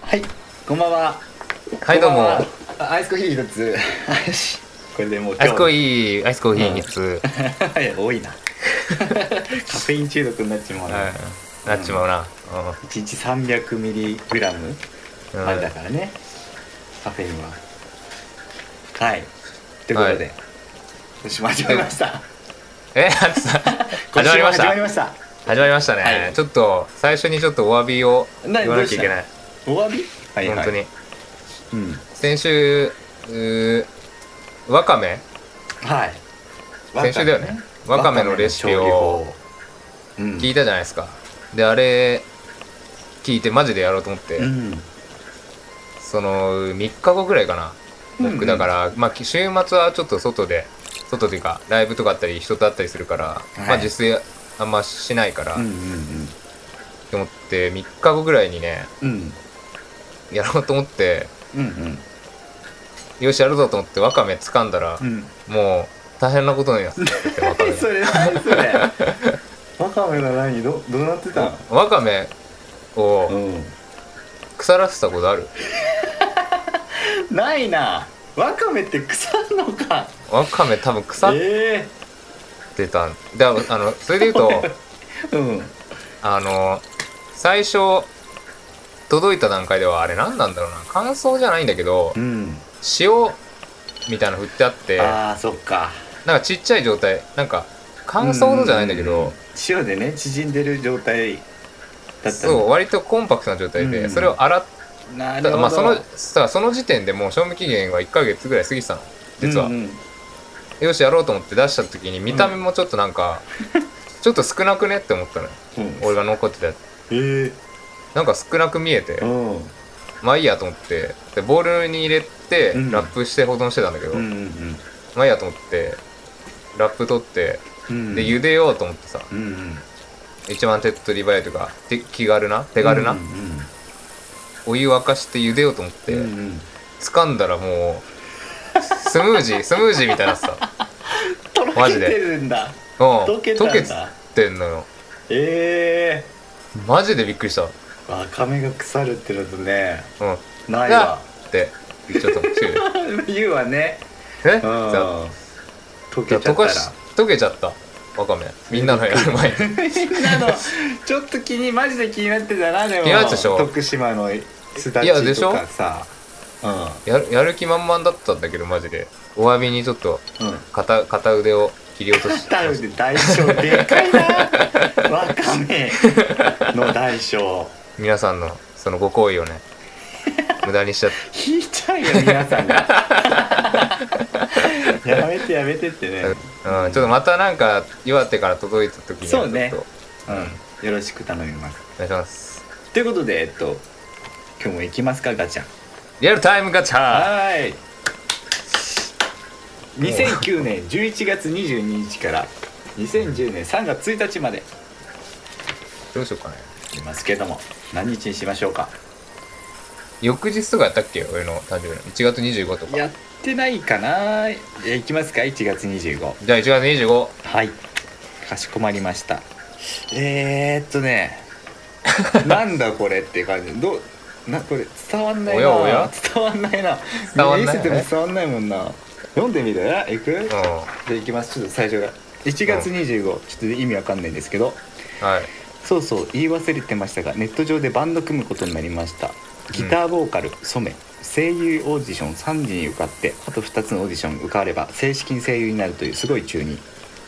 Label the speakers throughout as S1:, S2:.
S1: はい、こんばんは。
S2: はいどうも
S1: こんばんは。あアイスコーヒー一つ。よしこれでもう
S2: アイスコー
S1: ヒ
S2: ヒーアイスコーヒー3つ、
S1: ー。 いや、多いな。カフェイン中毒になっちまうな。
S2: うん、なっちまうな、う
S1: 一日三百ミリグラム
S2: んうん
S1: あれだからね。カフェインは。はい。ということで、
S2: は
S1: 今週も始まりました。
S2: え始まりまし
S1: 今週も始
S2: た
S1: まりました。
S2: 始まりましたね、
S1: はい
S2: ちょっと最初にちょっとお詫びを言
S1: な
S2: わなきゃいけない、
S1: お詫び？はいはい。
S2: 本当に
S1: うん。
S2: 先週うーわかめ
S1: はい。
S2: 先週だよねわかめのレシピ
S1: わ
S2: を
S1: かめの調理法。うん
S2: 聞いたじゃないですか、であれ聞いてマジでやろうと思って、
S1: うん。
S2: その3日後ぐらいかな
S1: うん
S2: 僕だから、まあ、き週末はちょっと外で外というかライブとかあったり人と会ったりするから、
S1: い
S2: まあ実炊あんましないから、
S1: う
S2: っ
S1: んうん
S2: て思って3日後ぐらいにね
S1: うん。うん。
S2: やろうと思って
S1: うんうん
S2: よしやるぞと思ってわかめ掴んだら、
S1: うん。
S2: もう大変なことになっててわか
S1: 何 それ何それ。 ワカメの何どどうなってたの？
S2: めわかめを
S1: う
S2: 腐らせたことある
S1: ん。ないな。ワカメって腐るのか。
S2: わかめ多分腐っ
S1: え
S2: てたんだあのそれで言 うと
S1: えうん。
S2: あの最初届いた段階ではあれ何なんだろうな乾燥じゃないんだけど、
S1: うん。
S2: 塩みたいなの振ってあって
S1: ああそっか。
S2: なんかちっちゃい状態なんか乾燥ほどじゃないんだけ
S1: ううう
S2: ど
S1: ん。塩でね縮んでる状態だったの
S2: そう割とコンパクトな状態
S1: うんう
S2: で
S1: ん
S2: それを洗った
S1: なるほど。
S2: まあそのさその時点でもう賞味期限が1ヶ月ぐらい過ぎてたの実は
S1: うんうん
S2: よしやろうと思って出した時に見た目もちょっとなんか ちょっと少なくねって思ったのよ
S1: うん
S2: 俺が残ってたやつ
S1: え
S2: なんか少なく見えて
S1: えうん
S2: まあいいやと思ってでボウルに入れて
S1: うん
S2: ラップして保存してたんだけど
S1: うんうん
S2: まあいいやと思ってラップ取って
S1: うん
S2: で茹でようと思ってさ
S1: うんうん
S2: 一番手っ取り早いというかて気軽な手軽な、
S1: うんうん
S2: お湯沸かして茹でようと思って、
S1: うんうん
S2: 掴んだらもうスムージースムージーみたいになってた
S1: とろ
S2: マ
S1: け
S2: ジで
S1: てるんだ
S2: うん
S1: 溶けたんだ
S2: てんのよ
S1: え
S2: マジでびっくりしたうん
S1: えわかめが腐るってのとね
S2: っ
S1: ないわ
S2: て言っちゃったもん 注意
S1: 言うわね
S2: え
S1: うん
S2: さ
S1: 溶
S2: じ
S1: けちゃ
S2: ゃあ溶
S1: った
S2: からし溶けちゃったわかめみんなのやる前に
S1: みんなのちょっと気にマジで気になってたなでも
S2: 気になってたでしょ
S1: 徳島のすだ
S2: いやで
S1: ち
S2: しょ
S1: とかさう
S2: やるやる気満々だったんだけどマジでお詫びにちょっと
S1: んうん
S2: 片片腕を切り落とし
S1: タウで大将でかいなわかめの大将
S2: 皆さんのそのご 好意をね無駄にしちゃっ
S1: 引いちゃうよ皆さん がやめてやめてってね
S2: た、うん、ちょっとまたなんか岩手から届いた時にはちょっ
S1: そう
S2: と
S1: ね
S2: うん
S1: うん、よろしく頼みます
S2: お願いします
S1: ということでえっと今日も行きますかガチャ
S2: リアルタイムガチャ
S1: はーい2009年11月22日から2010年3月1日まで
S2: どうしようかね
S1: いますけども何日にしましょうか
S2: 翌日とかやったっけ俺の誕生日の1月25とか
S1: やってないかないや行きますか1月25
S2: じゃあ1月25
S1: はいかしこまりましたえー、っと ねなんだこれっていう感じどうなこれ伝わんないな
S2: おやおや
S1: 伝わんないな
S2: 伝わんない
S1: 見せても伝わんないもんな読んでみるいく、
S2: うん
S1: じゃあいきますちょっと最初が1月25、ちょっと意味わかんないんですけど
S2: はい
S1: そうそう言い忘れてましたがネット上でバンド組むことになりましたギターボーカル、染め声優オーディション3時に受かってあと2つのオーディション受かれば正式に声優になるというすごい中二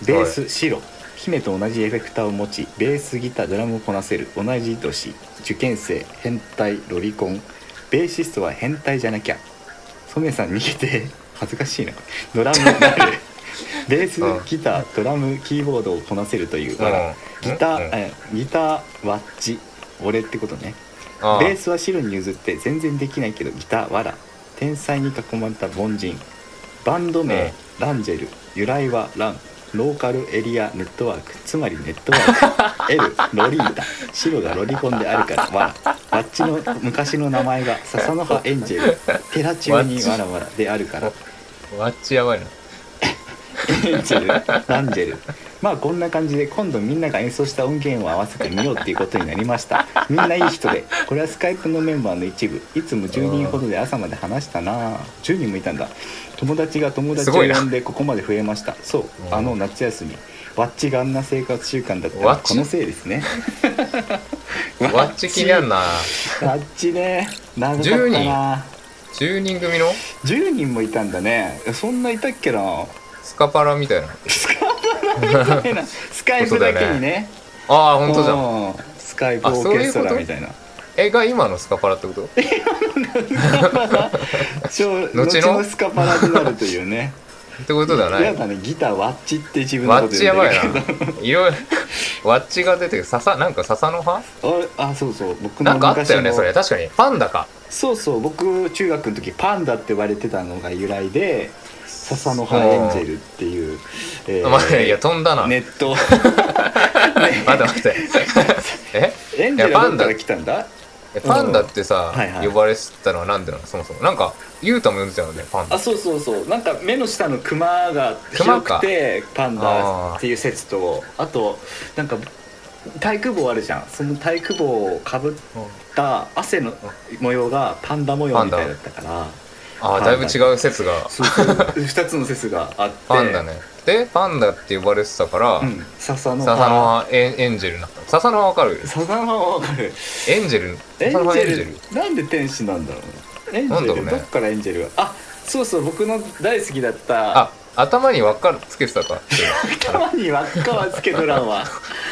S1: ベース白姫と同じエフェクターを持ちベースギタードラムをこなせる同じ年受験生変態ロリコンベーシストは変態じゃなきゃ染めさん逃げて 恥ずかしいなドラムになる ベース
S2: うん
S1: ギタードラムキーボードをこなせるというわら
S2: うん
S1: ギタ
S2: う
S1: ー、
S2: ん
S1: えギターワッチ俺ってことね
S2: あ
S1: ベースは白に譲って全然できないけどギターわら天才に囲まれた凡人バンド名、ランジェル由来はランローカルエリアネットワークつまりネットワ ーク L ロリータ白がロリコンであるからわらワッチの昔の名前が笹の葉エンジェル寺中にわらわらであるから
S2: わっちやばいな
S1: エンジェルランジェルまあこんな感じで今度みんなが演奏した音源を合わせてみようっていうことになりましたみんないい人でこれはスカイプのメンバーの一部いつも10人ほどで朝まで話したな10人もいたんだ友達が友達を呼んでここまで増えましたそう
S2: うん
S1: あの夏休みわっちがあんな生活習慣だったの
S2: わ
S1: は
S2: っち
S1: このせいですね
S2: わっち気になるな
S1: わっちね長かったな
S2: 10人組の
S1: 10人もいたんだねそんないたっけな
S2: スカパラみたいな
S1: スカイプだけにね
S2: ああ本当じゃん
S1: うんスカイプオーケストラみたいな
S2: えが今のスカパラってこと
S1: 超
S2: の
S1: 後のスカパラになるという ね
S2: ってことじゃな
S1: や
S2: い
S1: だねギターワッチって自分の
S2: わ
S1: こ
S2: っ
S1: と
S2: ちや
S1: 呼ん
S2: ば
S1: で
S2: い
S1: る
S2: な
S1: けど
S2: いろいろわっちが出てくる笹なんか笹の葉
S1: ああそうそう僕の
S2: なんかあっ
S1: 昔
S2: た
S1: の
S2: よねそれ確かにパンダか
S1: そうそう僕中学の時パンダって呼ばれてたのが由来で笹の葉エンジェルっていう、えー
S2: まあいや飛んだな
S1: ネ
S2: 待
S1: ッ ト
S2: って待って え
S1: エンジェルはどっから来たんだ
S2: えパンダってさ、
S1: うんはいはい
S2: 呼ばれてたのはなんでなのそもそもなんかユータも呼んでたよねパン
S1: あ
S2: ダ
S1: そうそうそうなんか目の下のクマが
S2: 熊
S1: 広
S2: か
S1: くてパンダっていう説とあとなんか体育帽あるじゃんその体育帽をかぶった汗の模様がパンダ模様みたいだったから
S2: ああだいぶ違う説が
S1: そうそう2つの説があって
S2: パンダねでパンダって呼ばれてたから、
S1: うん笹の
S2: 笹の葉エンエンジェルになったの笹の葉わかる
S1: 笹の葉はわかる
S2: エンジェル
S1: エン
S2: 笹
S1: ジ
S2: の葉エンジ
S1: ェ
S2: ェル
S1: ルなんで天使なんだろうねエンジ
S2: なんだ
S1: ェ
S2: ろ
S1: ル
S2: うね
S1: どっからエンジェルがあそうそう僕の大好きだった
S2: あ頭に輪っかつけて たか
S1: 頭に輪っかはつけとらんわ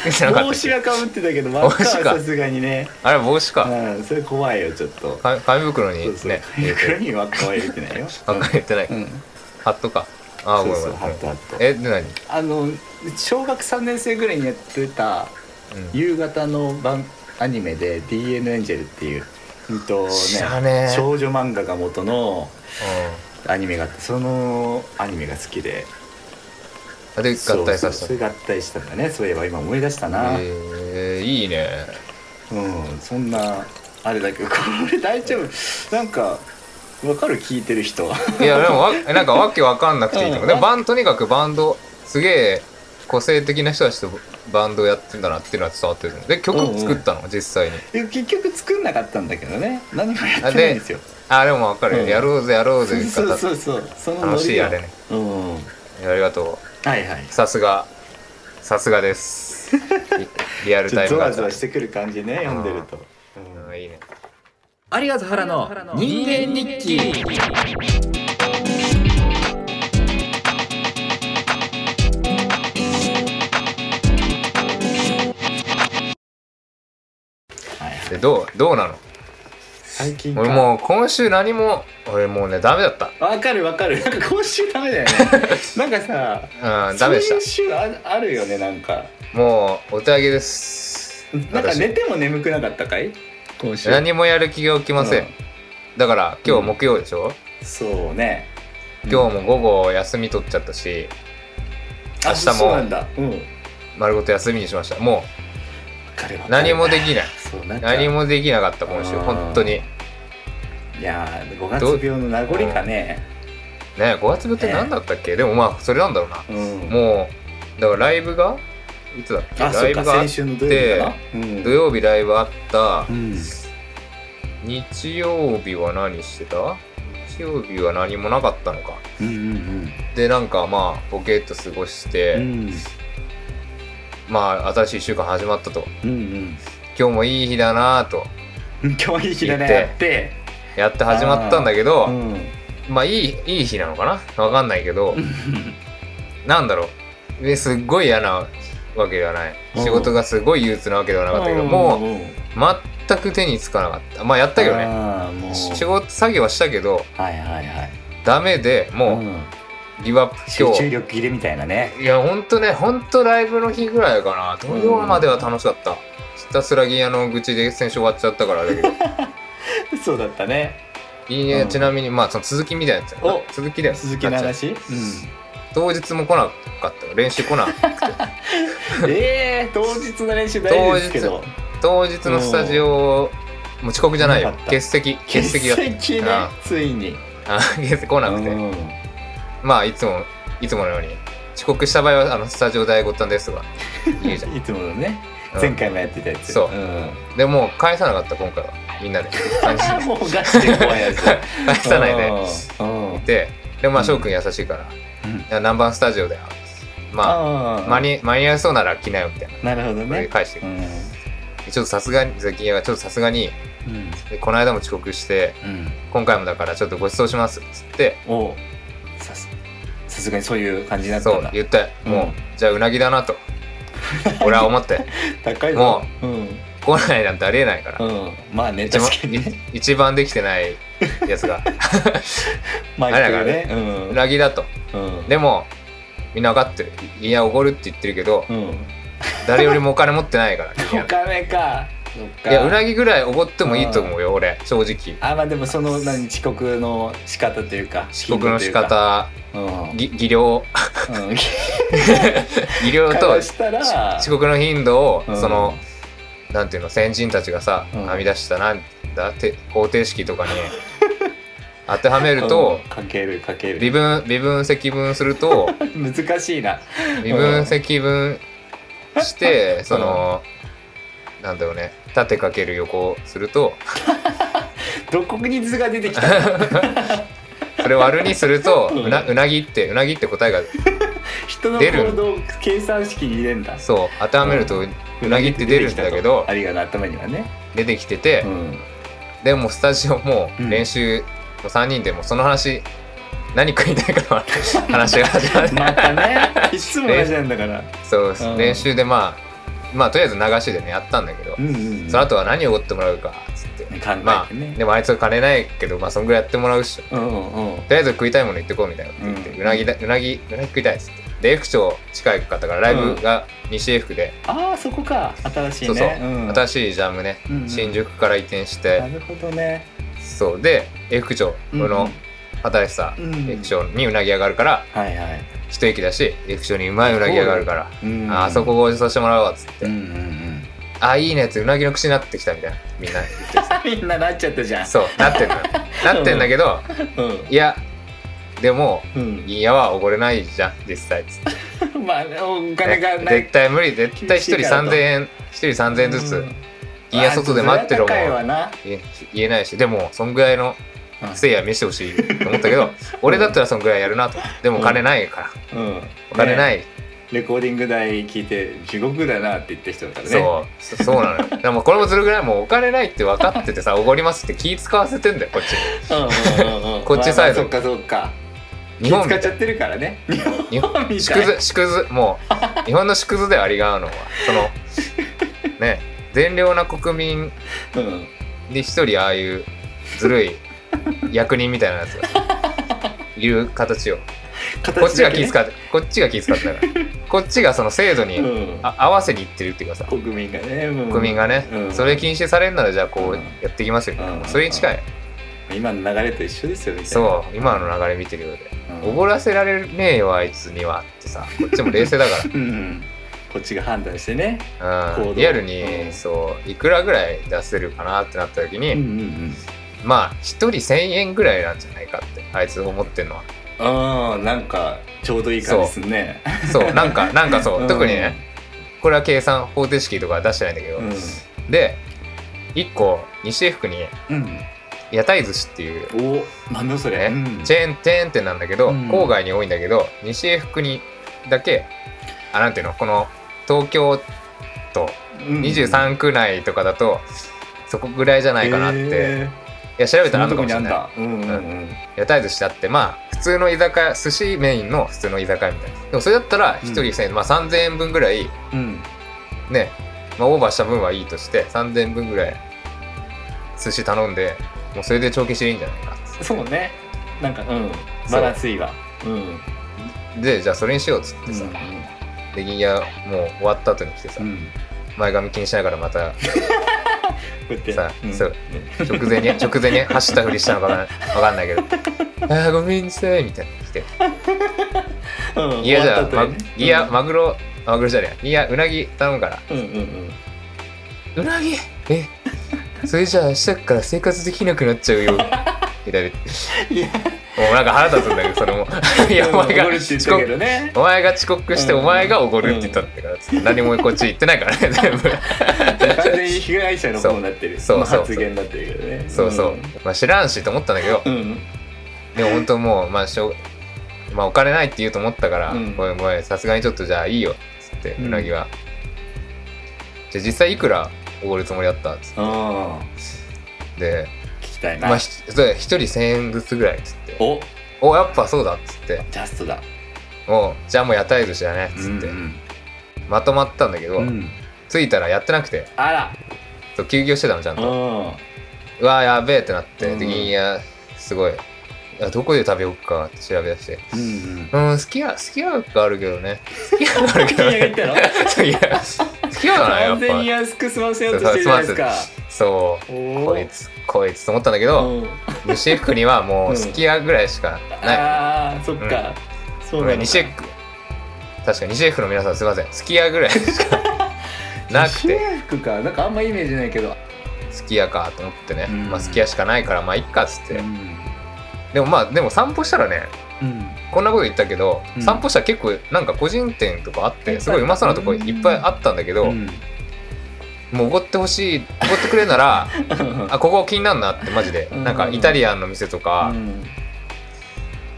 S2: つけてなかった
S1: 帽
S2: っけ
S1: 子はかぶってたけど輪っかはさすがにね
S2: あれ帽子か
S1: うんそれ怖いよちょっと
S2: か紙袋に
S1: そうそう
S2: ね入れ
S1: 袋
S2: て
S1: に輪っかは入れてないよ
S2: あ入れてない、
S1: うんうん
S2: ハットかああごめん
S1: そうそう
S2: ごめん
S1: ハットハット
S2: えで何、うん、
S1: あの小学3年生ぐらいにやってた夕方の番アニメで「DN エンジェル」っていう、うんと
S2: 知らねえ
S1: 少女漫画が元のアニメがあってそのアニメが好きで
S2: うん、で合体さ
S1: そう
S2: せ
S1: そうそ
S2: た
S1: れ合体したんだねそういえば今思い出したな、
S2: えー、いいね
S1: うんそんなあれだけどこれ大丈夫なんかわかる聞いてる人は
S2: いやでもわなんかわけわかんなくていいと思
S1: う
S2: うんでもバンとにかくバンドすげえ個性的な人たちとバンドやってんだなっていうのは伝わってるで曲作ったの、実際に
S1: で結局作んなかったんだけどね何もやってな
S2: あ
S1: いん
S2: で
S1: ですよ
S2: あでもわかるよ、
S1: うん
S2: やろうぜやろう
S1: そ
S2: ぜ
S1: う
S2: 言い
S1: そう
S2: 方
S1: そうそうそのノリ
S2: 楽しい
S1: よ
S2: あれね
S1: うんはい
S2: やありがと
S1: はいち
S2: うさすがさすがです リリアル
S1: ょ
S2: タ
S1: っと
S2: イ
S1: ゾ
S2: ム
S1: ワ
S2: が
S1: ゾワしてくる感じね読んでると、うん
S2: うんいいね
S1: ありがとう原の人間日記
S2: でどうどうなの
S1: 最近か
S2: 俺もう今週何も俺もうねダメだった
S1: わかるわかるなんか今週ダメ だよねなんかさ
S2: うんダメでし
S1: そういう週ああるよねなんか
S2: たもうお手上げです
S1: なんか
S2: 私
S1: 寝ても眠くなかったかい今週
S2: 何もやる気が起きません、
S1: う
S2: だから今日木曜でしょ、
S1: そうね
S2: 今日も午後休み取っちゃったし
S1: あ
S2: 明日も
S1: そうなんだうんわ
S2: 丸ごと休みにしましたも
S1: かるわか
S2: う
S1: る
S2: 何もできない
S1: そうなんか
S2: 何もできなかった今週
S1: あー
S2: 本当に
S1: いやー五月病の名残かね
S2: ね5月分って何だったっけ、でもまあそれなんだろうな
S1: うん
S2: もうだからライブがいつだっけ
S1: あ
S2: ラ
S1: そう
S2: イブ
S1: か
S2: があっ
S1: 先週の土曜日かなうん
S2: 土曜日ライブあった
S1: うん
S2: 日曜日は何してた日曜日は何もなかったのか
S1: うんうん
S2: でなんかまあボケっと過ごして、
S1: うんうん
S2: まあ新しい1週間始まったと
S1: うん
S2: 今日もいい日だなぁと
S1: うん今日いい日だね
S2: 行って
S1: やって
S2: やって始まったんだけ
S1: う
S2: ど、
S1: ん
S2: まあいいいい日なのかなわかんないけど、なんだろうですっごい嫌なわけではない
S1: うん
S2: 仕事がすごい憂鬱なわけではなかったけど、もう
S1: うん
S2: 全く手につかなかったまあやったけどね
S1: あーもう
S2: 仕事作業はしたけど
S1: はいはいはい
S2: ダメでも
S1: ん
S2: うギブアップ
S1: 集
S2: 今
S1: 中
S2: 日
S1: 力切れみたいなね
S2: いやほんとねほんとライブの日ぐらいかな土曜までは楽しかった、ひたすらギアの愚痴で先週終わっちゃったか らだけど
S1: そうだったね
S2: いいね、
S1: うん
S2: ちなみにまあその続きみたいなやつやな
S1: お
S2: 続きだよ
S1: 続きの
S2: なっち
S1: 話うん
S2: ゃう当日も来なかったよ練習来な
S1: ええ当日の練習大事ですけど
S2: 当日のスタジオもう遅刻じゃないよ
S1: 来なかった
S2: 欠席欠席だった
S1: 欠席ね
S2: あ
S1: ついに
S2: あ欠席来なくて
S1: うん
S2: まあいつもいつものように遅刻した場合はあのスタジオ大ごったんですとか言うじゃ ん
S1: いつものね
S2: うん
S1: 前回もやってたやつ
S2: そうんでもう返さなかった今回はみんなで返し
S1: もうガチで怖いやつ
S2: 返さな いで
S1: うんうん
S2: ででもま
S1: う
S2: あ
S1: ん
S2: 翔くん優しいから「いや南蛮スタジオだよ」ま
S1: あ
S2: あ
S1: ー
S2: 間に間に合いそうなら来なよみたいな
S1: なるほど
S2: それで
S1: ね
S2: 返して
S1: う
S2: く
S1: ん
S2: るちょっとさすがに関谷がちょっとさすがに
S1: うん
S2: でこの間も遅刻して
S1: うん
S2: 今回もだからちょっとご馳走しますっつって
S1: おうさすさすがにそういう感じになった
S2: そ
S1: ん
S2: う
S1: だ
S2: 言ったよ
S1: うん
S2: もうじゃあうなぎだ なと俺は思って
S1: 高いぞ
S2: も
S1: うん
S2: 来ないなんてありえないから
S1: うんまあね
S2: 一番
S1: 確かにね
S2: 一番できてない やつが
S1: まあ
S2: あれだから
S1: ね
S2: ね
S1: う
S2: うんなぎだと
S1: うん
S2: でもみんな分かってるいやおごるって言ってるけど
S1: うん
S2: 誰よりもお金持ってない から
S1: お金かそっか
S2: いやうなぎぐらいおごってもいいと思うよ俺正直
S1: あまあでもその何遅刻の仕方というか
S2: 遅刻の仕
S1: 頻度というか
S2: 方
S1: うん
S2: ぎ技量
S1: うん
S2: 技量と
S1: からしたら
S2: 遅刻の頻度を、
S1: うん
S2: そのなんていうの先人たちがさ、
S1: うん
S2: 編み出したなんだって方程 式とかに当てはめると
S1: うん、かけるかける
S2: 微分微分積分す ると
S1: 難しいな
S2: 微分積分して、その、なんだろうね縦かける横をすると
S1: どこに図が出てき た
S2: それを割るにする と
S1: うん
S2: うなうなぎってうなぎって答えが
S1: 人の
S2: 出る
S1: 行動を計算式に入れんだ
S2: そう当てはめるとうなぎって出るんだけど
S1: ありがの頭にはね
S2: 出てきてて、
S1: うん
S2: でもスタジオも
S1: うん
S2: 練習も3人でもその話何食いたいかの 話が始 まって
S1: また ねいつも同じなんだから
S2: そうです、
S1: うん
S2: 練習でまあまあとりあえず流しでねやったんだけど、
S1: うんうんうん
S2: その後は何をおごってもらうかっつって、
S1: 考
S2: ま
S1: え
S2: あ
S1: てね
S2: でもあいつは金ないけどまあそんぐらいやってもらうっしょ
S1: うんうんうん
S2: とりあえず食いたいもの行ってこうみたいなこと言って、
S1: う
S2: うんなぎだうなぎうなぎ食いたいっつってで F 町近いかったからライブが西 F で、
S1: ああそこか新しいね
S2: そうそう、
S1: ん
S2: 新しいジャムね、
S1: うんうん
S2: 新宿から移転して、
S1: なるほどね
S2: そうで F 町この働いてた
S1: うん
S2: F 町にうなぎ上がるから、
S1: はいはい
S2: 一駅だし駅長にうまいうなぎ屋があるから、
S1: うん
S2: ああそこご馳走してもらうわっつって、
S1: うんうんうん
S2: ああいいねってうなぎの口になってきたみたいなみんな言ってる
S1: みんななっちゃったじゃん
S2: そうなってんのよなってんだけど
S1: う
S2: いやでも
S1: ん、
S2: 銀屋はおごれないじゃん実際っつって
S1: うん、 まあお金がない
S2: 絶対無理絶対一人
S1: 厳しいからと
S2: 3000円一人3000円ず
S1: う
S2: つ
S1: ん
S2: 銀屋外で待ってろも
S1: あそれは高いわ
S2: 言
S1: な
S2: え言えないしでもそんぐらいの
S1: うん
S2: せいや見せてほしいと思ったけど俺だったらそんぐらいやるなとでもお金ないから、
S1: うん
S2: お金ないい、
S1: レコーディング代聞いて地獄だなって言った人だからね
S2: そうそそうなのよでもこれもずるぐらいもうお金ないって分かっててさおごりますって気使わせてんだよこっちに
S1: うんうんうんうん
S2: こっちサイド
S1: まあまあそっかそっか
S2: 日
S1: 気
S2: 本み
S1: 使っ
S2: た
S1: ちゃ
S2: い
S1: ってるからね日本
S2: 日本
S1: みた
S2: 縮
S1: い
S2: 図縮図もう日本の縮図でありがうのはそのね善良な国民
S1: うん
S2: で一人ああいうずるい役人みたいなやつがいる 形をこっちが気使
S1: っ
S2: ってこっちが気使ってたからこっちがその制度に、
S1: うん
S2: あ合わせにいってるっていうかさ
S1: 国民がねうん
S2: 国民がね、
S1: うん
S2: それ禁止されるならじゃあこ
S1: う
S2: うんやっていきますよみたいな、
S1: うん
S2: それに近い、
S1: 今の流れと一緒ですよみたいな
S2: そう今の流れ見てるようで
S1: うん
S2: おごらせられねえよあいつにはってさこっちも冷静だか
S1: うんこっちが判断してね
S2: ら、
S1: 行
S2: う
S1: 動
S2: ん、リアルに、
S1: うん
S2: そういくらぐらい出せるかなってなった時に、
S1: うんうん
S2: まあ1人1,000円ぐらいなんじゃないかってあいつ思ってんのは
S1: うんうんなんかちょうどいい感じですね
S2: そうなんかなんかそう、
S1: うん
S2: 特にねこれは計算方程式とかは出してないんだけど、
S1: うん
S2: で1個西江福に
S1: うん
S2: 屋台寿司っていう、
S1: おなんだそれ
S2: ね
S1: うん
S2: チェーンチェーン店なんだけど、
S1: うん
S2: 郊外に多いんだけど西江福にだけあなんていうのこの東京と
S1: うん
S2: 23区内とかだとそこぐらいじゃないかなって、
S1: え
S2: いや調
S1: ー
S2: べたらあるのかもしれ
S1: そん
S2: ない
S1: なとこにあんだうんうんうん
S2: 屋台寿司だってまあ普通の居酒屋寿司メインの普通の居酒屋みたいなでもそれだったら1人1000円、まあ、3000円分ぐらい
S1: うん
S2: ね、まあ、オーバーした分はいいとして3000円分ぐらい寿司頼んでもうそれで帳消しでいいんじゃないかっ
S1: そうねなんかうん
S2: そう
S1: バランスいいわうん
S2: てでじゃあそれにしようっつって
S1: う
S2: さ、
S1: ん
S2: で銀屋もう終わった後に来てさ、
S1: うん
S2: 前髪気にしながらまた
S1: こうやって
S2: さ
S1: ん
S2: そう直 前に直前に走ったふりしたのかわかんわかんないけど「あーごめんなさい」みたいなの来て
S1: うん
S2: 「いやじゃあ、
S1: 終わった後
S2: ま
S1: にね
S2: いやマグロあマグロじゃねえいやうなぎ頼むから
S1: うんうんうん
S2: うなぎえ それじゃあ明日から生活できなくなっちゃうよ」みたいな
S1: うんいや
S2: もうなんか腹立つんだけどそれもいやお前が
S1: 怒るって言ったけ
S2: 遅
S1: どね
S2: 刻お前が遅刻して
S1: うん
S2: お前がおごるって言ったんだからつって何もこっち言ってな いからね全部
S1: 完全に被害者の方になってる
S2: そう
S1: まあ
S2: そうそう
S1: 発言になってるけどね
S2: そうそうまあ知らんしと思ったんだけど
S1: うん、うん
S2: でも本当もうまあしょうまあお金ないって言うと思ったから
S1: うん
S2: 「ごめんごめんさすがにちょっとじゃあいいよ」っつって
S1: うん
S2: うなぎは「じゃあ実際いくらおごるつもりだった?」っつっ
S1: あ
S2: て
S1: ー聞きたい
S2: 「
S1: な、
S2: まあひそうだ1人1,000円ずつぐらい」っつって
S1: お
S2: 「おやっぱそうだ」っつって
S1: ジャストだ
S2: 「もうじゃあもう屋台寿司だね」っつって
S1: うん
S2: まとまったんだけど、
S1: うんうん
S2: 着いたらやってなくて
S1: あら
S2: そう休業してたのちゃん
S1: う
S2: と、
S1: ん
S2: うわーやべえってなって、
S1: うん
S2: でいやすごいあどこで食べようかって調べ出して
S1: うん
S2: うん好きや好きやがあるけどね好きやがあるけど
S1: 金上げ
S2: ね
S1: たの
S2: いや好きやがないや
S1: 完
S2: っ
S1: 全に
S2: ぱ
S1: 安く済ませようとしてるじゃないですか
S2: そう
S1: お
S2: こいつこいつと思ったんだけ
S1: う
S2: ど、
S1: ん
S2: 西福にはもう好きやぐらいしかない、
S1: ああそっか、そうなのか
S2: 西福確か西福の皆さんすいません好きやぐらいしかなく て
S1: 西服かなんかあんまイメージないけど
S2: すき家かと思ってね、
S1: うん
S2: まあすき家しかないからまあいっかっつって、
S1: うん
S2: でもまあでも散歩したらね
S1: うん
S2: こんなこと言ったけど、
S1: うん
S2: 散歩したら結構なんか個人店とかあっ
S1: いっぱい
S2: てすごいうまそうなとこいっぱいあったんだけど、
S1: うん
S2: もうおごってほしいおごってくれるならあここ気になんなってマジで、
S1: うん
S2: なんかイタリアンの店とか、
S1: うん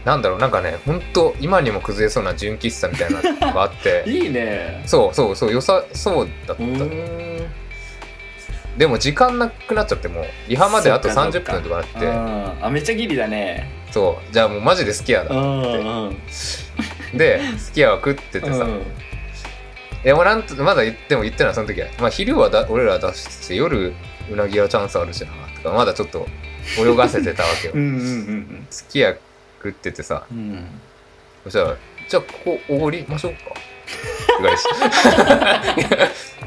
S2: なんだろうなんかねほんと今にも崩れそうな純喫茶みたいなのがあって
S1: いいね
S2: そうそうそう良さそうだった、
S1: うーん
S2: でも時間なくなっちゃってもうリハまであと
S1: そっかそっ
S2: 30
S1: か
S2: 分とかなっ
S1: う
S2: て
S1: んあめっちゃギリだね
S2: そうじゃあもうマジで好きやだ
S1: うんうん
S2: ですき家は食っててさ、
S1: うん
S2: いやもうなんとまだ言っても言ってないその時は、まあ、昼はだ俺ら出して夜うなぎはチャンスあるしなとかまだちょっと泳がせてたわけ よ
S1: うんうん
S2: すき家食っててさ
S1: うんうん
S2: そしたら「じゃあここおごりましょうか」って言われて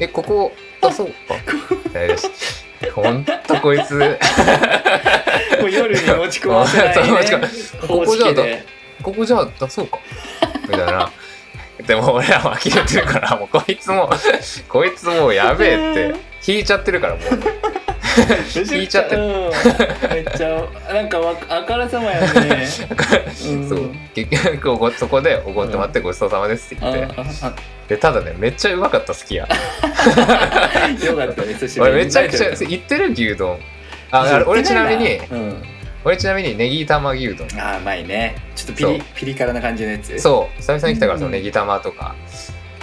S2: えここ 出そうか」って言われてほんとこいつ
S1: もう夜に持ち込ませない
S2: そう持ち込
S1: ね
S2: ま
S1: 方式で
S2: ここじゃあ出そうかみたいな。でも俺らは呆れてるからもうこいつもこいつもうやべ えって引いちゃってるからもう引いちゃってる
S1: うんめっちゃなんかわあからさまやねうん
S2: そう結局おごそこでおごってもらってごちそうさまですって
S1: あ
S2: 言って、
S1: あ
S2: でただねめっちゃうまかった好きや
S1: あよかったね久しぶり
S2: 俺
S1: に
S2: めちゃくちゃ行ってる牛丼ああれ俺ちなみに
S1: うん
S2: 俺ちなみにネギ玉牛丼
S1: ああうまいねちょっとピ
S2: そ
S1: リピリ辛な感じのやつう
S2: そう久々に来たからその
S1: うん
S2: ネギ玉とか、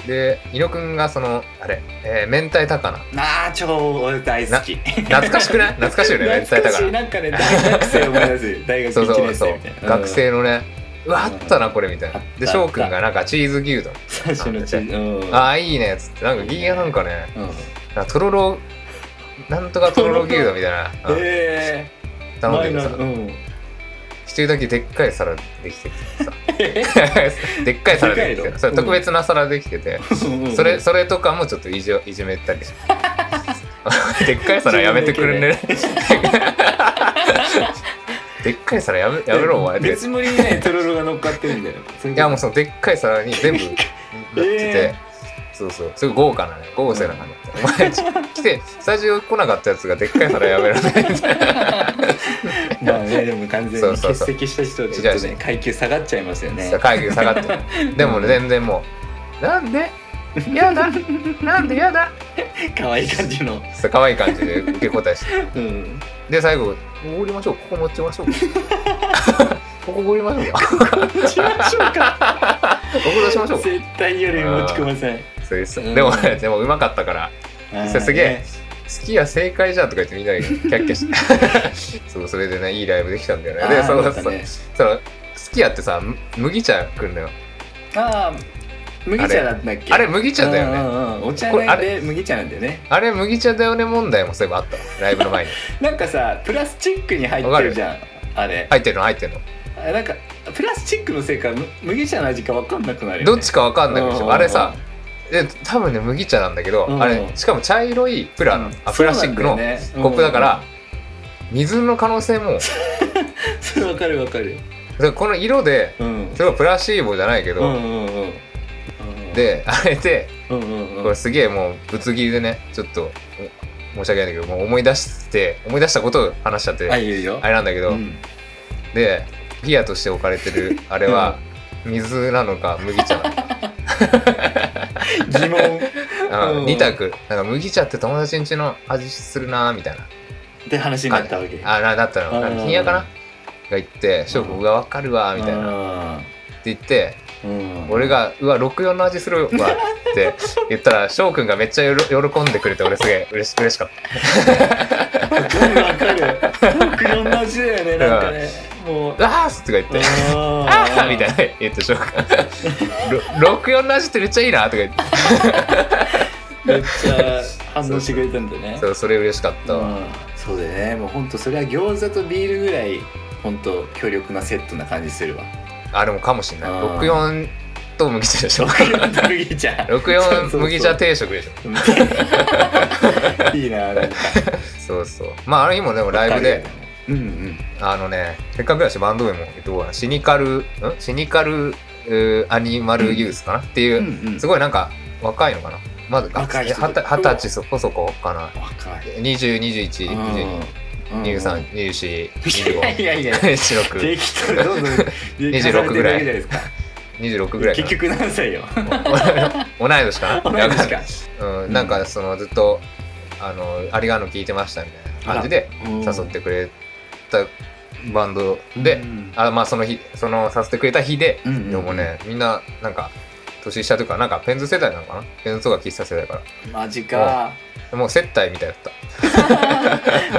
S2: で伊野くんがそのあれ、えー明太高菜
S1: ああ超俺大好き
S2: 懐かしく ない懐かしいよね明太
S1: 懐か
S2: 高
S1: しい
S2: 菜
S1: なんかね大学生思い出 す大学
S2: そう
S1: 1
S2: そう
S1: 年
S2: そう、
S1: 生みたいな
S2: 学生のねうわあったなこれみたい
S1: あ
S2: な
S1: った
S2: で翔くんがなんかチーズ牛丼
S1: 最初のチーズうん
S2: ああいいねっつってなんか銀やなんかね
S1: うん
S2: なんかとろろなんとかとろろ牛丼みたいな、うん
S1: ええ
S2: 頼んでるさ
S1: 前のうん
S2: 一人だけでっかい皿できてきてさ
S1: え
S2: でっかい皿でき
S1: で
S2: て
S1: かいの
S2: てそれ特別な皿できてて、それそれとかもちょっといじいじめたり してでっかい皿やめてくれ ねでっかい皿やめやめろお前って
S1: 別盛りにねとろろが乗っかってるんだよ
S2: いやもうそのでっかい皿に 全部なってて、
S1: え
S2: そうそうすごい豪華なね豪勢な感じだった、お前来てスタジオ来なかったやつがでっかい皿やめろね
S1: まあねでも完全
S2: そ
S1: に
S2: うそう
S1: 欠
S2: そう
S1: 席した人はちょっと
S2: 違う
S1: ね階級下がっちゃいますよね
S2: 会議下が ってでもね全然もうなんでやだなんでやだ
S1: 可愛い感じの
S2: そう可愛い感じで受け答えして
S1: うん
S2: で最後「おごりましょうここ持ちましょう」 ここおごりましょうか。
S1: 持ちましょうか
S2: ここ出しましょうか。
S1: 絶対夜に持ち込ませ
S2: そうです。
S1: うん
S2: でもね、でもうまかったから、
S1: ない
S2: それすげえ好きや正解じゃんとか言ってみんなでキャッキャ して。そう、それでね、いいライブできたんだよね。で、そ
S1: そう
S2: の
S1: だっ
S2: そ
S1: た
S2: の
S1: ね
S2: その好きやってさむ麦茶くんのよ
S1: ああ麦茶だったっけ
S2: あれ麦茶だよね
S1: うんうんうんお茶
S2: これ
S1: な
S2: あ
S1: ん
S2: れ
S1: で麦茶なんだよね
S2: あれ麦茶だよね問題もそういえばあったわライブの前に
S1: なんかさプラスチックに入ってるじゃんあれ
S2: 入ってるの入ってるの
S1: あなんかプラスチックのせいかむ麦茶の味か分かんなくなるよね
S2: どっち
S1: か
S2: かわかんないでしょあれさで多分ね麦茶なんだけど
S1: うん
S2: あれしかも茶色いプラのあプラスチックのコップだから水の可能 性も
S1: それ分かる分かる
S2: だからこの色で
S1: うん
S2: それはプラシーボじゃないけ
S1: うん
S2: ど
S1: うんうん
S2: であれで
S1: うんうんうん
S2: これすげえもうぶつ切りでねちょっとお申し訳ないんだけどもう思い出して思い出したことを話しちゃって
S1: あ
S2: あ
S1: いいよいいよ
S2: れなんだけど
S1: うん
S2: でビアとして置かれ てるあれは水なのか麦茶なの
S1: 疑問
S2: か、
S1: う
S2: うんん、2択なんか麦茶って友達ん家の味するなーみたいな
S1: って話になったわけ
S2: あなだったの
S1: うん
S2: 金屋かなが言って翔子が分かるわーみたいなって
S1: な
S2: 言って
S1: うん
S2: 俺が「うわ64の味するわ」って言ったら翔くんがめっちゃよろ喜んでくれて俺すげえ嬉し嬉しかっ
S1: わかるわかるいろんな味だよねなんかねもう
S2: た「あーす」とか言って「
S1: あ
S2: あーみたいな言って翔くんろ64の味ってめっちゃいいな」とか言って
S1: めっちゃ反応してくれたんだね
S2: そうそれ嬉しかったわ、
S1: うんそうだよねもうほんとそれは餃子とビールぐらいほんと強力なセットな感じするわ
S2: あでもかもしんない
S1: うん
S2: 64と麦茶で しょ
S1: 麦 茶
S2: 64麦茶定食でしょ
S1: いいななんか
S2: そうそうまああの日もでもライブで
S1: うんうん
S2: あのねせっかくだしバンド名もどうかなシニカルんシニカルうーアニマルユースかな、っていううん
S1: うん
S2: すごいなんか若いのかなまず
S1: 若い人
S2: 二十二十歳そこそこかな
S1: 若い
S2: 202122
S1: うんいやいやい
S2: 232425
S1: や
S2: 26
S1: 適当にどんどん
S2: 26ぐらい
S1: 重ねてるだけじゃなですか
S2: 26ぐらいか
S1: 結
S2: な
S1: 局何歳よ
S2: 同い年か な
S1: 同い年か
S2: うん、なんかそのずっと「あのありがの聞いてました」みたいな感じで誘ってくれたバンドで、
S1: うん
S2: あまあその日その誘ってくれた日で、
S1: うんうんうん
S2: でもねみんななんか年下というかなんかペンズ世代なのかなペンズとか喫茶世代か
S1: マジか
S2: らもう接待みたいだった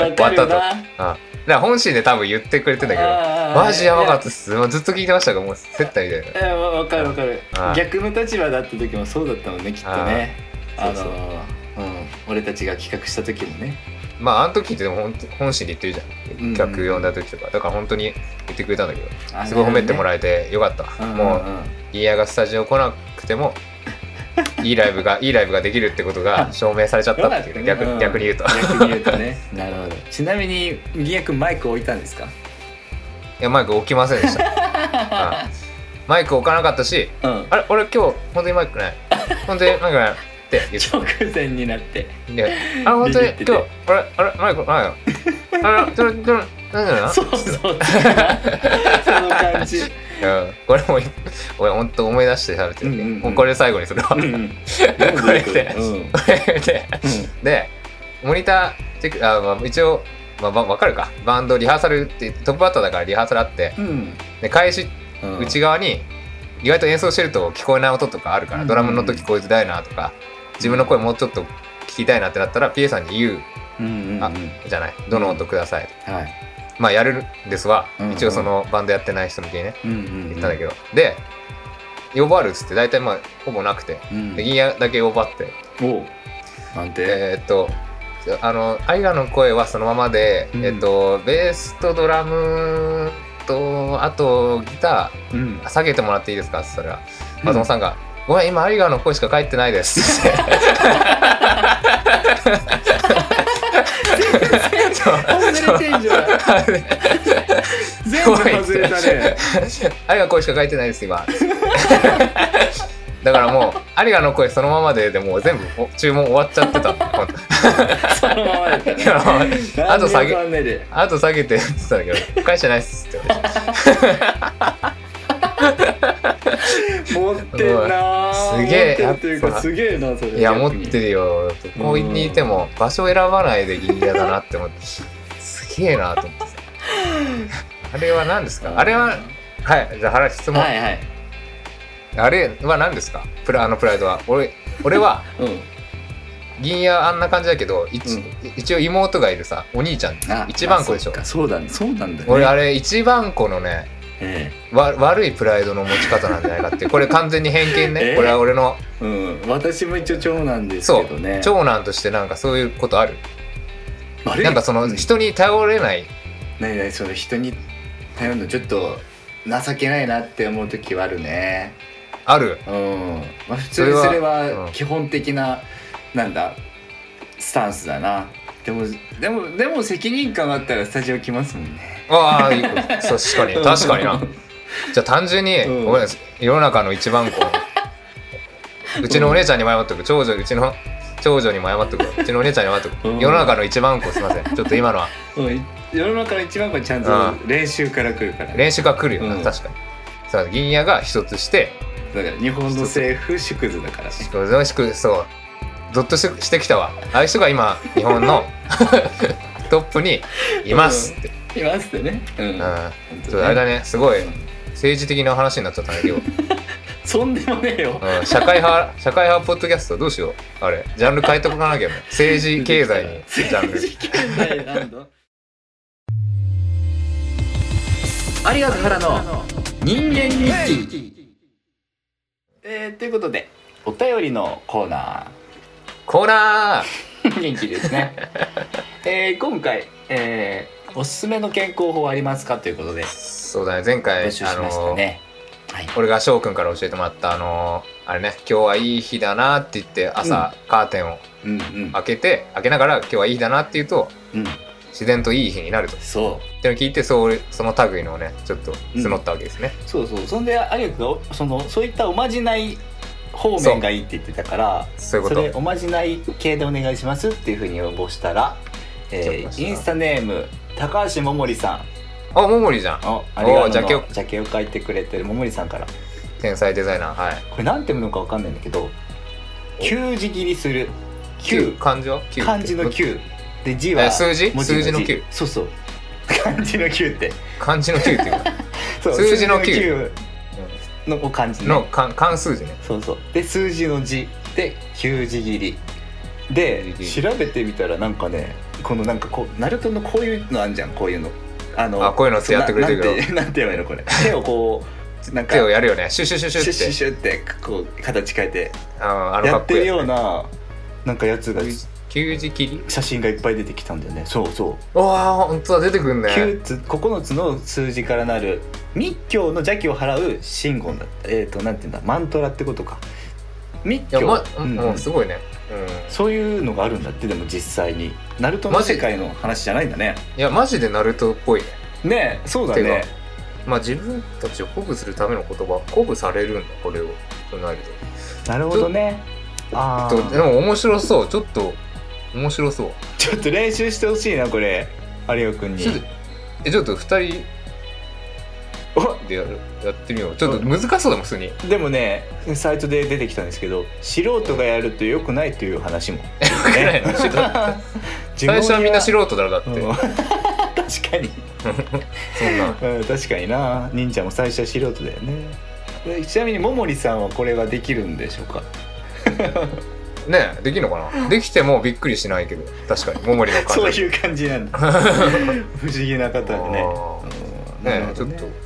S1: わかるよな
S2: あだから本心で多分言ってくれてんだけど
S1: あー
S2: マジやばかったっすもうずっと聞いてましたからもう接待みたいな
S1: えーわわかるわかる
S2: あー
S1: 逆の立場だった時もそうだったもんねきっとね
S2: あー
S1: あのーうん俺たちが企画した時もね
S2: まああの時ってでも本本心で言ってるじゃん
S1: うん
S2: 企画呼んだ時とかだから本当に言ってくれたんだけど
S1: あ
S2: すごい褒めても
S1: な
S2: らえてよかった、
S1: るほどね
S2: もう
S1: うんうんうん
S2: いやがスタジオ来なくてもいいライブがいいライブができるってことが証明されちゃったっていうね
S1: よか
S2: 逆
S1: ったねうん
S2: 逆に言うとい
S1: 逆に言うと ねなるほどちなみにギア君マイク置いたんですか
S2: やマイク置きませんでした うんマイク置かなかったし
S1: うん
S2: あれ俺今日本当にマイクない本当にマイクないって言
S1: 直前になって
S2: ってであ本当に
S1: ビビってて
S2: 今日あれあれマイクないよあれどれどれなんだろうな
S1: そう そうその感じ
S2: うん、これも俺本当思い出して喋ってるけど、
S1: うんうんうん
S2: もうこれ最後にするわ、
S1: うん
S2: これで
S1: うんうん
S2: ででモニターチェックあ、まあ、一応、まあ、分かるかバンドリハーサルってトップバッターだからリハーサルあって
S1: うん
S2: で開始
S1: うん
S2: 内側に意外と演奏してると聞こえない音とかあるから、
S1: うん
S2: ドラムの音聞こえづらいなとか自分の声もうちょっと聞きたいなってなったら PA さんに言う
S1: うんうんうん
S2: あじゃないどの音ください、
S1: はい
S2: まあやるんですわ、
S1: うん
S2: 一応そのバンドやってない人向けにね
S1: うんうん
S2: 言ったんだけど、で呼ばれるっつって大体まあほぼなくて、
S1: うん
S2: で銀屋だけ呼ばって
S1: おうなんて
S2: えーっとあのアイラの声はそのままで、
S1: うん
S2: えっとベースとドラムとあとギタ
S1: うん
S2: ー下げてもらっていいですかって言ったら
S1: うん
S2: 松本さんが「ごめん今アイガの声しか返ってないです」 ってそう
S1: 外れてんじゃん全部外れたね
S2: アイガの声しか返ってないです今 だからもうアリガの声そのままででもう全部お注文終わっち ゃってた
S1: そのままだったね
S2: あと下げ
S1: 何年間目で
S2: あと下げてって言ってたんだけど「返してないっす」って言われて
S1: 持ってんなー
S2: すげえ
S1: 持ってるっていう
S2: やっ
S1: か
S2: ぱ
S1: すげえなそれ
S2: いや持
S1: 逆
S2: っ
S1: に
S2: てるよここにいても場所を選ばないで銀屋だなって思ってすげえなと思って さあれは何ですかあれははいじゃあ原質問、
S1: はいはい
S2: あれは何ですかプラあのプライドは俺俺は
S1: う
S2: 銀屋あんな感じだけど一,、
S1: うん
S2: 一応妹がいるさお兄ちゃん
S1: んあ
S2: 一番子でしょ、
S1: まあそうかそうだねそうなんだよね
S2: 俺あれ一番子のね
S1: え
S2: わ悪いプライドの持ち方なんじゃないかってこれ完全に偏見ね、
S1: えー
S2: これは俺の
S1: えうん私も一応長男です
S2: そ
S1: け
S2: う、
S1: どね
S2: 長男としてなんかそういうことある
S1: あれ
S2: なんかその人に頼れない
S1: 何何その人に頼るのちょっと情けないなって思う時はあるね
S2: ある
S1: うん、まあ、普
S2: そ
S1: 通
S2: れ
S1: に
S2: は
S1: それ
S2: う
S1: は
S2: ん
S1: 基本的な、なんだスタンスだなでもでもでも責任感があったらスタジオ来ますもんね
S2: ああいいこと 確かに確かになじゃあ単純に、
S1: うん
S2: ごめんなさい世の中の一番子うちのお姉ちゃんにも謝っとく長女うちの長女にも謝っとくうちのお姉ちゃんにも謝っとく、
S1: うん
S2: 世の中の一番子すいませんちょっと今のは
S1: うん世の中の一番はちゃん
S2: あ
S1: と練習から来るからね
S2: 練習が来るよな、
S1: うん
S2: 確かにそう銀矢が一つして
S1: だから日本の政府縮図だ からね
S2: こうそうゾッとしてしてきたわああいう人が今日本 のトップにいますって、
S1: いますってねうん、
S2: うん
S1: 本
S2: ちょ
S1: 当
S2: っとあれだねすごい
S1: うん
S2: 政治的な話になっちゃったね今日、
S1: そんでもねえよ
S2: うん、社会派 社会派ポッドキャストどうしようあれジャンル変えとかなきゃね政治経済にジャンル
S1: 政治経済なんだ
S2: ありがとう原の人間日記
S1: えー、ということでお便りのコーナ
S2: コーナー
S1: ー元気ですね、えー、今回、えー、おすすめの健康法ありますかということで
S2: そうだね前
S1: 募
S2: 回
S1: 集しましたね、はい、
S2: 俺が翔くんから教えてもらったあのあれね今日はいい日だなって言って朝、カーテンを
S1: うんうん
S2: 開けて開けながら今日はいい日だなって言うと
S1: うん
S2: 自然といい日になるとっ
S1: そう
S2: ていうのを聞いてそうその類のをねちょっと募ったわけですね、
S1: そうそうそんで有吉君がそのそういったおまじない方面がいいって言ってたから
S2: そういうこ
S1: それ
S2: と
S1: おまじない系でお願いしますっていうふうに要望したら、え
S2: 来てまし
S1: ー、
S2: た
S1: インスタネーム高橋ももりさ
S2: あももりじゃん
S1: んおありがとう
S2: ジャケを
S1: ジャケを書いてくれてるももりさんから
S2: 天才デザイナーはい
S1: これ何て読むのか分かんないんだけど
S2: お
S1: 給字切りする
S2: 九
S1: 9
S2: 漢字は九
S1: 漢字の9で字は
S2: え数字
S1: 文字
S2: 数字の
S1: 字
S2: 九
S1: そう そう漢字の9って
S2: 漢字の九っていうか
S1: そう
S2: 数字の九
S1: 数のを漢字ね
S2: の漢漢数字ね
S1: そうそうで数字の字で給字切りで
S2: 給字切
S1: 調べてみたらなんかねこのなんかこうナルトのこういうのあんじゃんこういうのあの
S2: あこういうのってやってくれてるけど
S1: そうななんて なんて言えばいいのこれ手をこうなんか
S2: 手をやるよねシュシュシュシ
S1: シュッシ
S2: ュ
S1: ュッ
S2: って
S1: シュッってこう形変えて
S2: ああの
S1: や
S2: か
S1: っ
S2: っこい
S1: て
S2: い
S1: るよ
S2: や
S1: う
S2: つ
S1: ななんかやつが
S2: ね九字切り
S1: 写真がいっぱい出てきたんだよねそうそう
S2: うわあ本当だ出てくんね
S1: 9つ9つの数字からなる密教の邪気を払う真言だえっ、となんていうんだマントラってことか密
S2: いや
S1: 教、
S2: ま、
S1: う
S2: うんん、
S1: うん
S2: すごいね。うん。
S1: そういうのがあるんだってでも実際にナルトの
S2: マジ
S1: 世界の話じゃないんだね
S2: いや、マジでナルトっぽいね。
S1: ねえそうだね
S2: てまあ、自分たちを鼓舞するための言葉、鼓舞されるんだ、これを。となる
S1: なるほどねあ
S2: と。とで
S1: あ
S2: も、面白そう。ちょっと、面白そう。
S1: ちょっと練習してほしいなこれ有吉君に
S2: ちょっと、え、ちょっと二人
S1: お
S2: でやるやってみよう。ちょっと難しそうだもん、普通に。
S1: でもねサイトで出てきたんですけど素人がやると良くないという話も、
S2: くない の
S1: 自分
S2: 最初はみんな素人だろ、だって。
S1: うん確かに
S2: そんな。
S1: うん確かにな忍者も最初は素人だよねでちなみにももりさんはこれはできるんでしょうか
S2: ねえできるのかなできてもびっくりしないけど。確かに、ももりの感じ。
S1: そういう感じ なんだ不思議な方でね
S2: あ
S1: うん
S2: ー
S1: なる
S2: ね
S1: ほ
S2: えち
S1: ど
S2: ょっ
S1: ね
S2: と。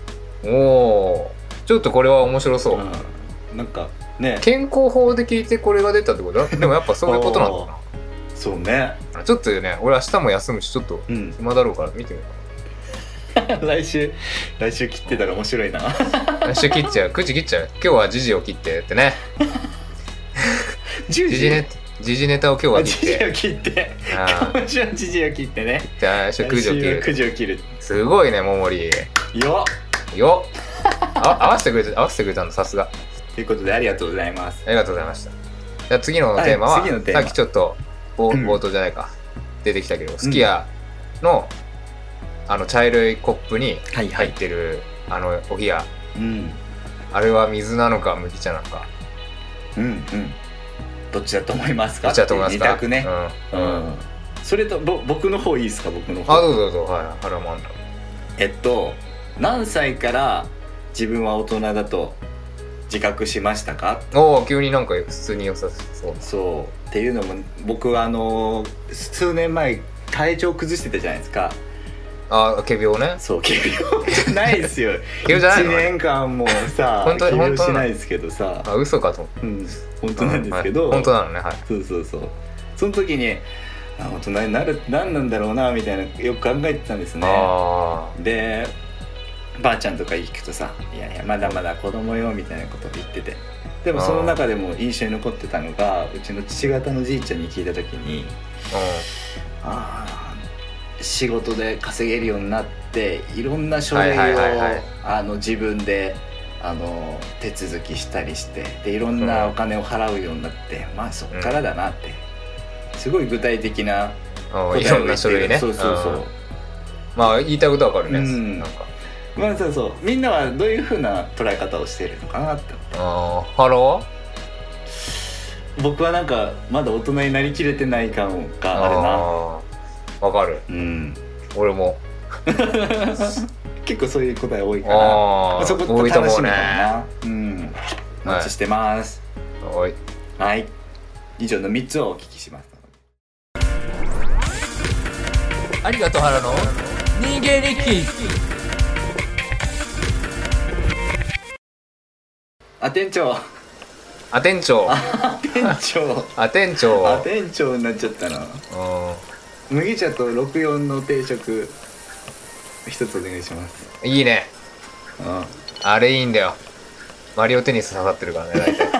S2: おー。ちょっとこれは面白そう。
S1: うんなんかね
S2: 健康法で聞いてこれが出たってことだでもやっぱそういうことなんだな
S1: そうね
S2: ちょっとね俺明日も休むしちょっと
S1: うん
S2: 暇だろうから見てみよ
S1: 来週来週切ってたら面白いな
S2: うかな来週切っちゃう9時切っちゃう今日は時事を切ってってね
S1: 10時
S2: 時事ネ時事ネタを今日
S1: あ
S2: は
S1: 時
S2: 切っ
S1: 事
S2: て
S1: を切って
S2: あー
S1: 今週は時事を切ってね
S2: じゃあ来週9時を切
S1: 来週は9
S2: る
S1: 時を切る
S2: すごいねももり
S1: よ
S2: よあ合わせてくれた合わせてくれたんださすが
S1: ということでありがとうございます
S2: ありがとうございましたじゃあ次のテーマは、
S1: はい次のテーマ
S2: さっきちょっと冒
S1: うん
S2: 冒頭じゃないか、出てきたけどすき家の、あの茶色いコップに
S1: はい
S2: 入ってる、あのお冷や
S1: うん
S2: あれは水なのか麦茶なのか
S1: うんうんどっちだと思いますか
S2: 麦茶だと思いますか
S1: 二択ね、
S2: う
S1: うんん
S2: うん
S1: それとぼ僕の方いいですか僕の
S2: あ
S1: 方
S2: どうぞどうぞはいハローマンダ
S1: えっと何歳から自分は大人だと自覚しましたか
S2: おお急になんか普通に良さそう
S1: そうっていうのも僕はあの数年前体調崩してたじゃないですか
S2: ああ仮病ね
S1: そう軽病じゃないです よ
S2: 軽病じゃないの
S1: 1年間もさ
S2: 本当
S1: 軽病
S2: 本当
S1: し
S2: なの
S1: ないですけどさ、
S2: あ嘘かと思っ
S1: うん、本
S2: た
S1: 当なんですけど、
S2: はい本当なのねはい
S1: そうそうそうその時にあ大人になる何なんだろうなみたいなよく考えてたんですね
S2: あ
S1: でばあちゃんとか聞くとさ「いやいやまだまだ子供よ」みたいなこと言っててでもその中でも印象に残ってたのがうちの父方のじいちゃんに聞いた時に
S2: あ
S1: 「あー仕事で稼げるようになっていろんな書類を、
S2: はいはいはいはい
S1: あの自分であの手続きしたりしてでいろんなお金を払うようになって、まあそっからだなって、すごい具体的な
S2: うんうん
S1: 答え
S2: いろ
S1: を言
S2: んな
S1: って
S2: 書
S1: る
S2: 類ね
S1: そうそうそう、
S2: まあ言いたいことはわかるね、
S1: うん
S2: なんか
S1: まあそうそうみんなはどういうふうな捉え方をしてるのかなって
S2: あーハロー
S1: 僕はなんかまだ大人になりきれてない感があるな
S2: あーわかる
S1: うん
S2: 俺も
S1: 結構そういう答え多いから
S2: ああ
S1: そこ
S2: 多いと
S1: 楽
S2: 思
S1: し
S2: う
S1: みだ
S2: ね
S1: なうんお待ちしてます
S2: おい
S1: はい、以上の3つをお聞きしました
S2: ありがとう原の人間日記
S1: あ店長
S2: あ店長
S1: あ店長
S2: あ店長
S1: あ店長になっちゃったな麦茶と64の定食一つお願いします
S2: うんいいね
S1: うん
S2: あれいいんだよマリオテニス刺さってるからね 大体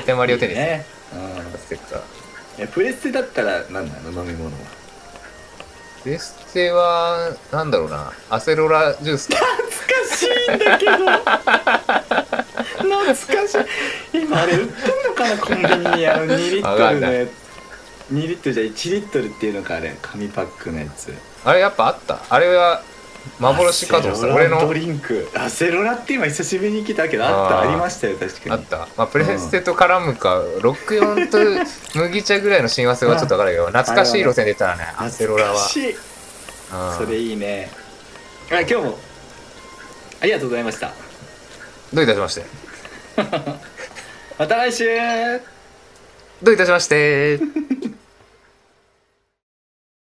S2: 大体マリオテニス刺
S1: ねうん
S2: さってるから
S1: いやプレステだったら何なの飲み物は
S2: プレステはなんだろうなアセロラジュースか
S1: 懐かしいんだけど懐かしい今あれ売ってんのかなコンビニにあの2リッ
S2: わ
S1: ト
S2: か
S1: ル
S2: ん
S1: の
S2: ない
S1: やつ2リットルじゃ1リットルっていうのかあれ紙パックのやつ
S2: あれやっぱあったあれは幻かと思ってた俺
S1: アセロラド
S2: の
S1: リンクアセロラって今久しぶりに来たけどあったあ
S2: あー
S1: りましたよ確
S2: あ
S1: かに
S2: った、まあ、プレステと絡むか、64と麦茶ぐらいの親和性はちょっと分からんけど懐かしい路線で言ったらねアセロラは
S1: 懐かしい
S2: うん
S1: それいいねあ今日もありがとうございました
S2: どういたしまして
S1: また来週
S2: どういたしまして